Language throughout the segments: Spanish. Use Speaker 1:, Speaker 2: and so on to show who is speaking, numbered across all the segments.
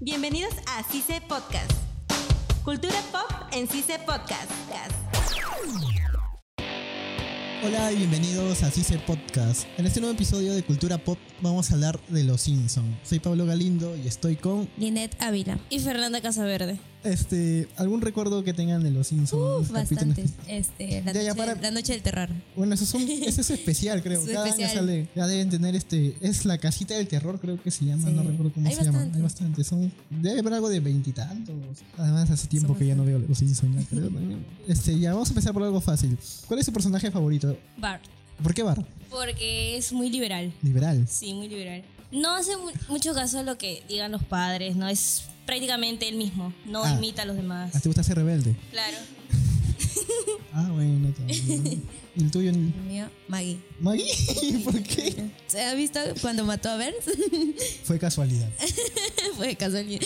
Speaker 1: Bienvenidos a CICE Podcast. Cultura pop en CICE Podcast.
Speaker 2: Hola y bienvenidos a CICE Podcast. En este nuevo episodio de Cultura Pop vamos a hablar de Los Simpson. Soy Pablo Galindo y estoy con
Speaker 3: Linet Ávila y Fernanda Casaverde.
Speaker 2: este algún recuerdo que tengan de Los Simpson.
Speaker 3: Uf,
Speaker 2: Los capítulos.
Speaker 3: Uh, bastantes. Este, la,
Speaker 2: Ya, ya,
Speaker 3: noche,
Speaker 2: para.
Speaker 3: la noche del terror.
Speaker 2: Bueno, eso es, un- eso es especial, creo.
Speaker 3: Es
Speaker 2: Cada año
Speaker 3: especial.
Speaker 2: sale. Ya deben tener este. Es la casita del terror, creo que se llama.
Speaker 3: Sí.
Speaker 2: No recuerdo cómo
Speaker 3: Hay
Speaker 2: se llama.
Speaker 3: bastante.
Speaker 2: Hay bastante. Son, debe haber algo de veintitantos. Además, hace tiempo
Speaker 3: Son
Speaker 2: que ya no veo los Simpsons, ya creo. también. Este, ya vamos a empezar por algo fácil. ¿Cuál es su personaje favorito?
Speaker 3: Bart.
Speaker 2: ¿Por qué Bar?
Speaker 3: Porque es muy liberal.
Speaker 2: Liberal.
Speaker 3: Sí, muy liberal. No hace mu- mucho caso a lo que digan los padres, no es prácticamente él mismo. No
Speaker 2: Ah.
Speaker 3: imita a
Speaker 2: ¿A
Speaker 3: los demás.
Speaker 2: ti te gusta ser rebelde?
Speaker 3: Claro.
Speaker 2: Ah, bueno, también. ¿Y el tuyo?
Speaker 4: El mío, Maggie.
Speaker 2: Maggie, ¿por qué?
Speaker 4: ¿Se ha visto cuando mató a Burns?
Speaker 2: Fue casualidad.
Speaker 4: Fue casualidad.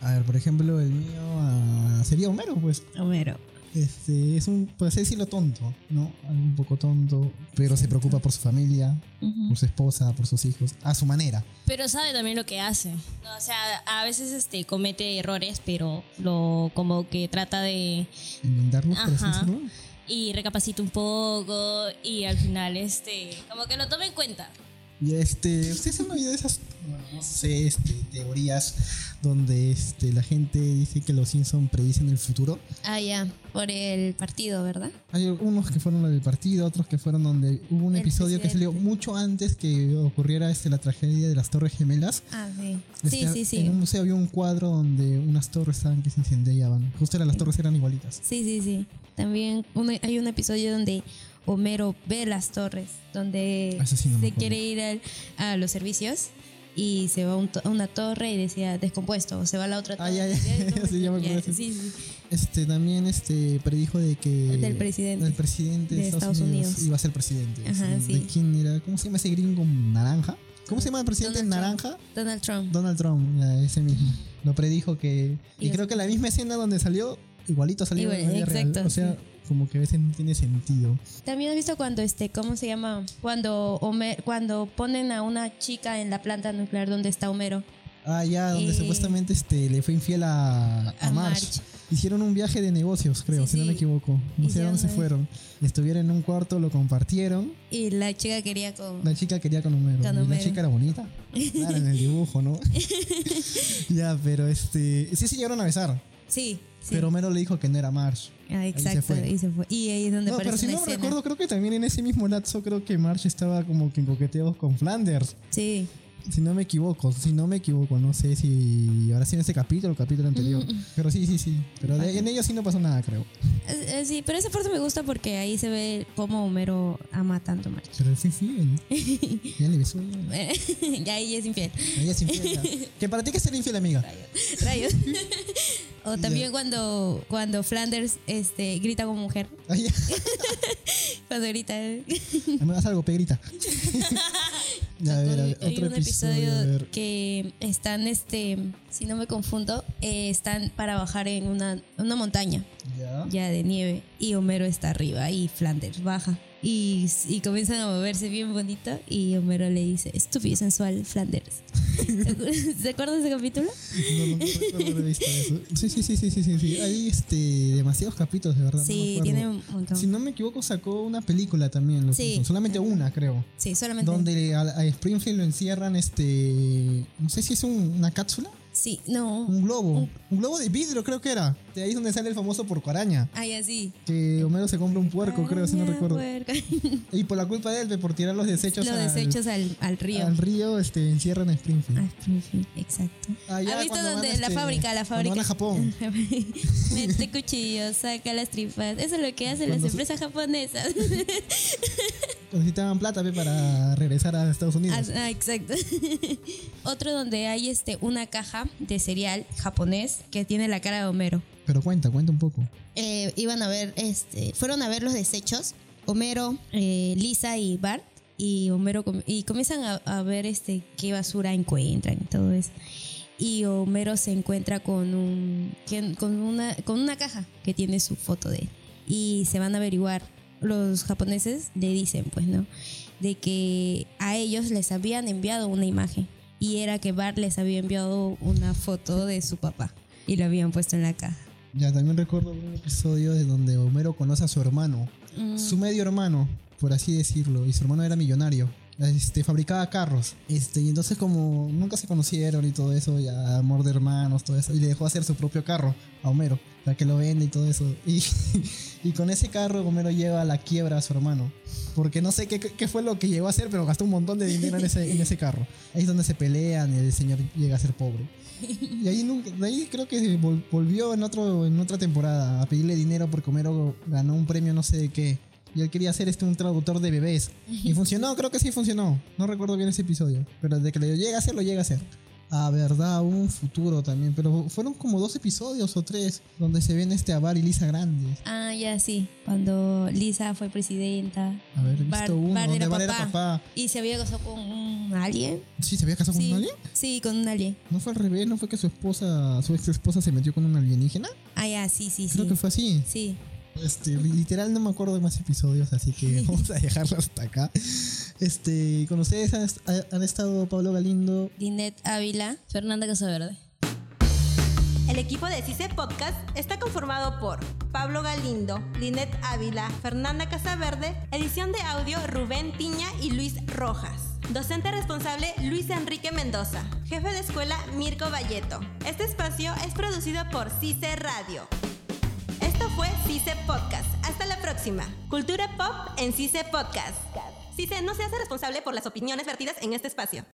Speaker 2: A ver, por ejemplo, el mío ah, sería Homero, pues.
Speaker 4: Homero.
Speaker 2: Este, es un, por así decirlo, tonto, ¿no? Un poco tonto, pero se preocupa por su familia, por su esposa, por sus hijos, a su manera.
Speaker 3: Pero sabe también lo que hace. No, o sea, a veces este, comete errores, pero lo como que trata de
Speaker 2: Enmendarlo, por así
Speaker 3: Ajá.
Speaker 2: decirlo.
Speaker 3: y recapacita un poco y al final este como que lo toma en cuenta.
Speaker 2: Y este, ustedes han oído esas, no sé, este, teorías donde este, la gente dice que los Simpson predicen el futuro.
Speaker 4: Ah, ya. Por el partido, ¿verdad?
Speaker 2: Hay unos que fueron los del partido, otros que fueron donde hubo un
Speaker 4: El
Speaker 2: episodio que salió
Speaker 4: presidente.
Speaker 2: mucho antes que ocurriera este, la tragedia de las Torres Gemelas.
Speaker 4: Ah, sí.
Speaker 2: Este,
Speaker 4: sí, sí,
Speaker 2: En un
Speaker 4: sí.
Speaker 2: museo había un cuadro donde unas torres estaban que se incendiaban. Justo eran las torres eran igualitas.
Speaker 4: Sí, sí, sí. También un- hay un episodio donde Homero ve las torres, donde
Speaker 2: Ah, ese sí no me
Speaker 4: se
Speaker 2: acuerdo.
Speaker 4: quiere ir al- a los servicios y se va a, un to- a una torre y decía descompuesto, o se va a la otra
Speaker 2: Ah,
Speaker 4: torre.
Speaker 2: ya, ya.
Speaker 4: y decía,
Speaker 2: Sí, ya me acuerdo.
Speaker 4: Sí, sí.
Speaker 2: Este también este predijo de que
Speaker 4: Del presidente.
Speaker 2: el presidente de,
Speaker 4: De
Speaker 2: Estados,
Speaker 4: Estados
Speaker 2: Unidos,
Speaker 4: Unidos.
Speaker 2: iba a ser presidente.
Speaker 4: Ajá,
Speaker 2: ¿De
Speaker 4: sí. Ah,
Speaker 2: quién era? ¿Cómo se llama ese gringo naranja? ¿Cómo se llama el presidente
Speaker 4: Donald Trump.
Speaker 2: naranja?
Speaker 4: Donald Trump.
Speaker 2: Donald Trump, la- ese mismo. Lo predijo que. Y,
Speaker 4: Y
Speaker 2: creo
Speaker 4: es-
Speaker 2: que la misma escena donde salió, igualito salió. en la
Speaker 4: Igual,
Speaker 2: vida real.
Speaker 4: exacto,
Speaker 2: O sea, como que a veces no tiene sentido.
Speaker 4: También has visto cuando este, ¿cómo se llama? Cuando Homer- cuando ponen a una chica en la planta nuclear donde está Homero.
Speaker 2: Ah, ya, donde
Speaker 4: Eh.
Speaker 2: supuestamente este, le fue infiel a, a,
Speaker 4: A
Speaker 2: Marge.
Speaker 4: Marge.
Speaker 2: Hicieron un viaje de negocios, creo,
Speaker 4: Sí,
Speaker 2: si no me
Speaker 4: sí.
Speaker 2: equivoco. No sé a
Speaker 4: Hicieron
Speaker 2: dónde se
Speaker 4: ahí.
Speaker 2: fueron. Estuvieron en un cuarto, lo compartieron.
Speaker 4: Y la chica quería con
Speaker 2: La chica quería con Homero. y
Speaker 4: Con
Speaker 2: La
Speaker 4: Homero.
Speaker 2: chica era bonita. Claro, en el dibujo, ¿no? ya, pero este. Sí se llegaron a besar.
Speaker 4: Sí, sí.
Speaker 2: Pero Homero le dijo que no era Marge.
Speaker 4: Ah, exacto,
Speaker 2: se fue.
Speaker 4: y se fue. Y ahí es donde
Speaker 2: No, pero si
Speaker 4: aparece una
Speaker 2: no me
Speaker 4: escena.
Speaker 2: recuerdo, creo que también en ese mismo lazo creo que Marge estaba como que en coqueteos con Flanders.
Speaker 4: Sí.
Speaker 2: Si no me equivoco, si no me equivoco, no sé si ahora sí en este capítulo o capítulo anterior.
Speaker 4: Mm.
Speaker 2: Pero sí, sí, sí. Pero de- en ellos sí no pasó nada, creo.
Speaker 4: Eh, eh, Sí, pero esa parte me gusta porque ahí se ve cómo Homero ama tanto a Marge.
Speaker 2: Pero sí, sí. en- Ya le besó. ya.
Speaker 4: y ahí es infiel.
Speaker 2: Ella es infiel. ya. Que para ti que ser infiel, amiga.
Speaker 4: Rayos. o también cuando, cuando Flanders este, grita como mujer.
Speaker 2: Ay,
Speaker 4: Cuando grita. eh.
Speaker 2: me das algo, pegrita. Ya, a ver, a ver,
Speaker 4: Hay
Speaker 2: otro
Speaker 4: un
Speaker 2: episodio. a
Speaker 4: episodio
Speaker 2: ver.
Speaker 4: que están, este, si no me confundo, eh, están para bajar en una, una montaña.
Speaker 2: Ya.
Speaker 4: ya de nieve y Homero está arriba y Flanders baja y, y comienzan a moverse bien bonito y Homero le dice estúpido y sensual Flanders ¿Te acuer- ¿se acuerdan de ese capítulo?
Speaker 2: No, no, no, no, no he visto eso. Sí, sí, sí, sí, sí, sí, sí. Hay este, demasiados capítulos, de verdad. no me
Speaker 4: sí
Speaker 2: acuerdo.
Speaker 4: tiene un montón
Speaker 2: Si no me equivoco, sacó una película también. Los
Speaker 4: Sí.
Speaker 2: Simpsons. Solamente una, creo.
Speaker 4: sí solamente
Speaker 2: Donde a, a Springfield lo encierran este. No sé si es un- una cápsula.
Speaker 4: sí no
Speaker 2: Un globo. Un globo de vidrio, creo que era. De ahí es donde sale el famoso porco araña.
Speaker 4: ay así
Speaker 2: Que Homero se compra un puerco, creo, si no
Speaker 4: Araña,
Speaker 2: recuerdo.
Speaker 4: puerca.
Speaker 2: Y por la culpa de él, de por tirar los desechos,
Speaker 4: los
Speaker 2: al,
Speaker 4: desechos al, al río Ah.
Speaker 2: al río, este, encierran a Springfield.
Speaker 4: A Springfield, exacto
Speaker 2: Allá
Speaker 4: ¿Ha visto
Speaker 2: cuando
Speaker 4: donde
Speaker 2: van,
Speaker 4: la
Speaker 2: este,
Speaker 4: fábrica
Speaker 2: cuando
Speaker 4: la fábrica
Speaker 2: van a Japón.
Speaker 4: mete cuchillos saca las tripas eso es lo que hacen las
Speaker 2: Cuando-
Speaker 4: empresas japonesas
Speaker 2: Necesitaban plata pe, para regresar a Estados Unidos.
Speaker 4: Ah, ah, exacto. Otro donde hay este una caja de cereal japonés que tiene la cara de Homero.
Speaker 2: Pero cuenta, cuenta un poco.
Speaker 4: Eh, iban a ver, este, fueron a ver los desechos. Homero, eh, Lisa y Bart. Y Homero com- y comienzan a, a ver este qué basura encuentran y todo eso. Y Homero se encuentra con un que- con una con una caja que tiene su foto de él. Y se van a averiguar. Los japoneses le dicen, pues, ¿no? De que a ellos les habían enviado una imagen y era que Bart les había enviado una foto de su papá y lo habían puesto en la caja.
Speaker 2: Ya, también recuerdo un episodio de donde Homero conoce a su hermano, su medio hermano, por así decirlo, y su hermano era millonario. Este, fabricaba carros. Este, y entonces como nunca se conocieron y todo eso, ya amor de hermanos, todo eso, y le dejó hacer su propio carro a Homero, para que lo vende y todo eso. Y, y con ese carro Homero lleva a la quiebra a su hermano, porque no sé qué, qué fue lo que llegó a hacer, pero gastó un montón de dinero en ese, en ese carro. Ahí es donde se pelean y el señor llega a ser pobre. Y ahí, nunca, de ahí creo que vol- volvió en, otro, en otra temporada a pedirle dinero porque Homero ganó un premio no sé de qué. Y él quería hacer este un traductor de bebés. Y funcionó, creo que sí funcionó. No recuerdo bien ese episodio. Pero desde que lo llega a hacer, lo llega a hacer. Ah, verdad, hubo un futuro también. Pero fueron como dos episodios o tres donde se ven este Avar y Lisa grandes.
Speaker 4: Ah, ya sí, cuando Lisa fue presidenta
Speaker 2: Haber visto
Speaker 4: Bart-
Speaker 2: uno.
Speaker 4: Bart
Speaker 2: donde
Speaker 4: era
Speaker 2: Bart era
Speaker 4: papá.
Speaker 2: papá.
Speaker 4: y se había casado con un alien.
Speaker 2: Sí, se había casado
Speaker 4: sí,
Speaker 2: con un alien.
Speaker 4: Sí, con un alien.
Speaker 2: ¿No fue al revés? ¿No fue que su esposa, su ex esposa se metió con un alienígena?
Speaker 4: Ah, ya, sí, sí, sí.
Speaker 2: Creo que fue así.
Speaker 4: Sí.
Speaker 2: Este, literal no me acuerdo de más episodios, así que vamos a dejarlo hasta acá. Este, con ustedes han, est- han estado Pablo Galindo.
Speaker 4: Dinette Ávila.
Speaker 3: Fernanda Casaverde.
Speaker 1: El equipo de CICE Podcast está conformado por Pablo Galindo, Linet Ávila, Fernanda Casaverde, edición de audio Rubén Tiña y Luis Rojas. Docente responsable Luis Enrique Mendoza. Jefe de escuela Mirko Valleto. Este espacio es producido por CICE Radio. Esto fue CICE Podcast. Hasta la próxima. Cultura pop en CICE Podcast. CICE no se hace responsable por las opiniones vertidas en este espacio.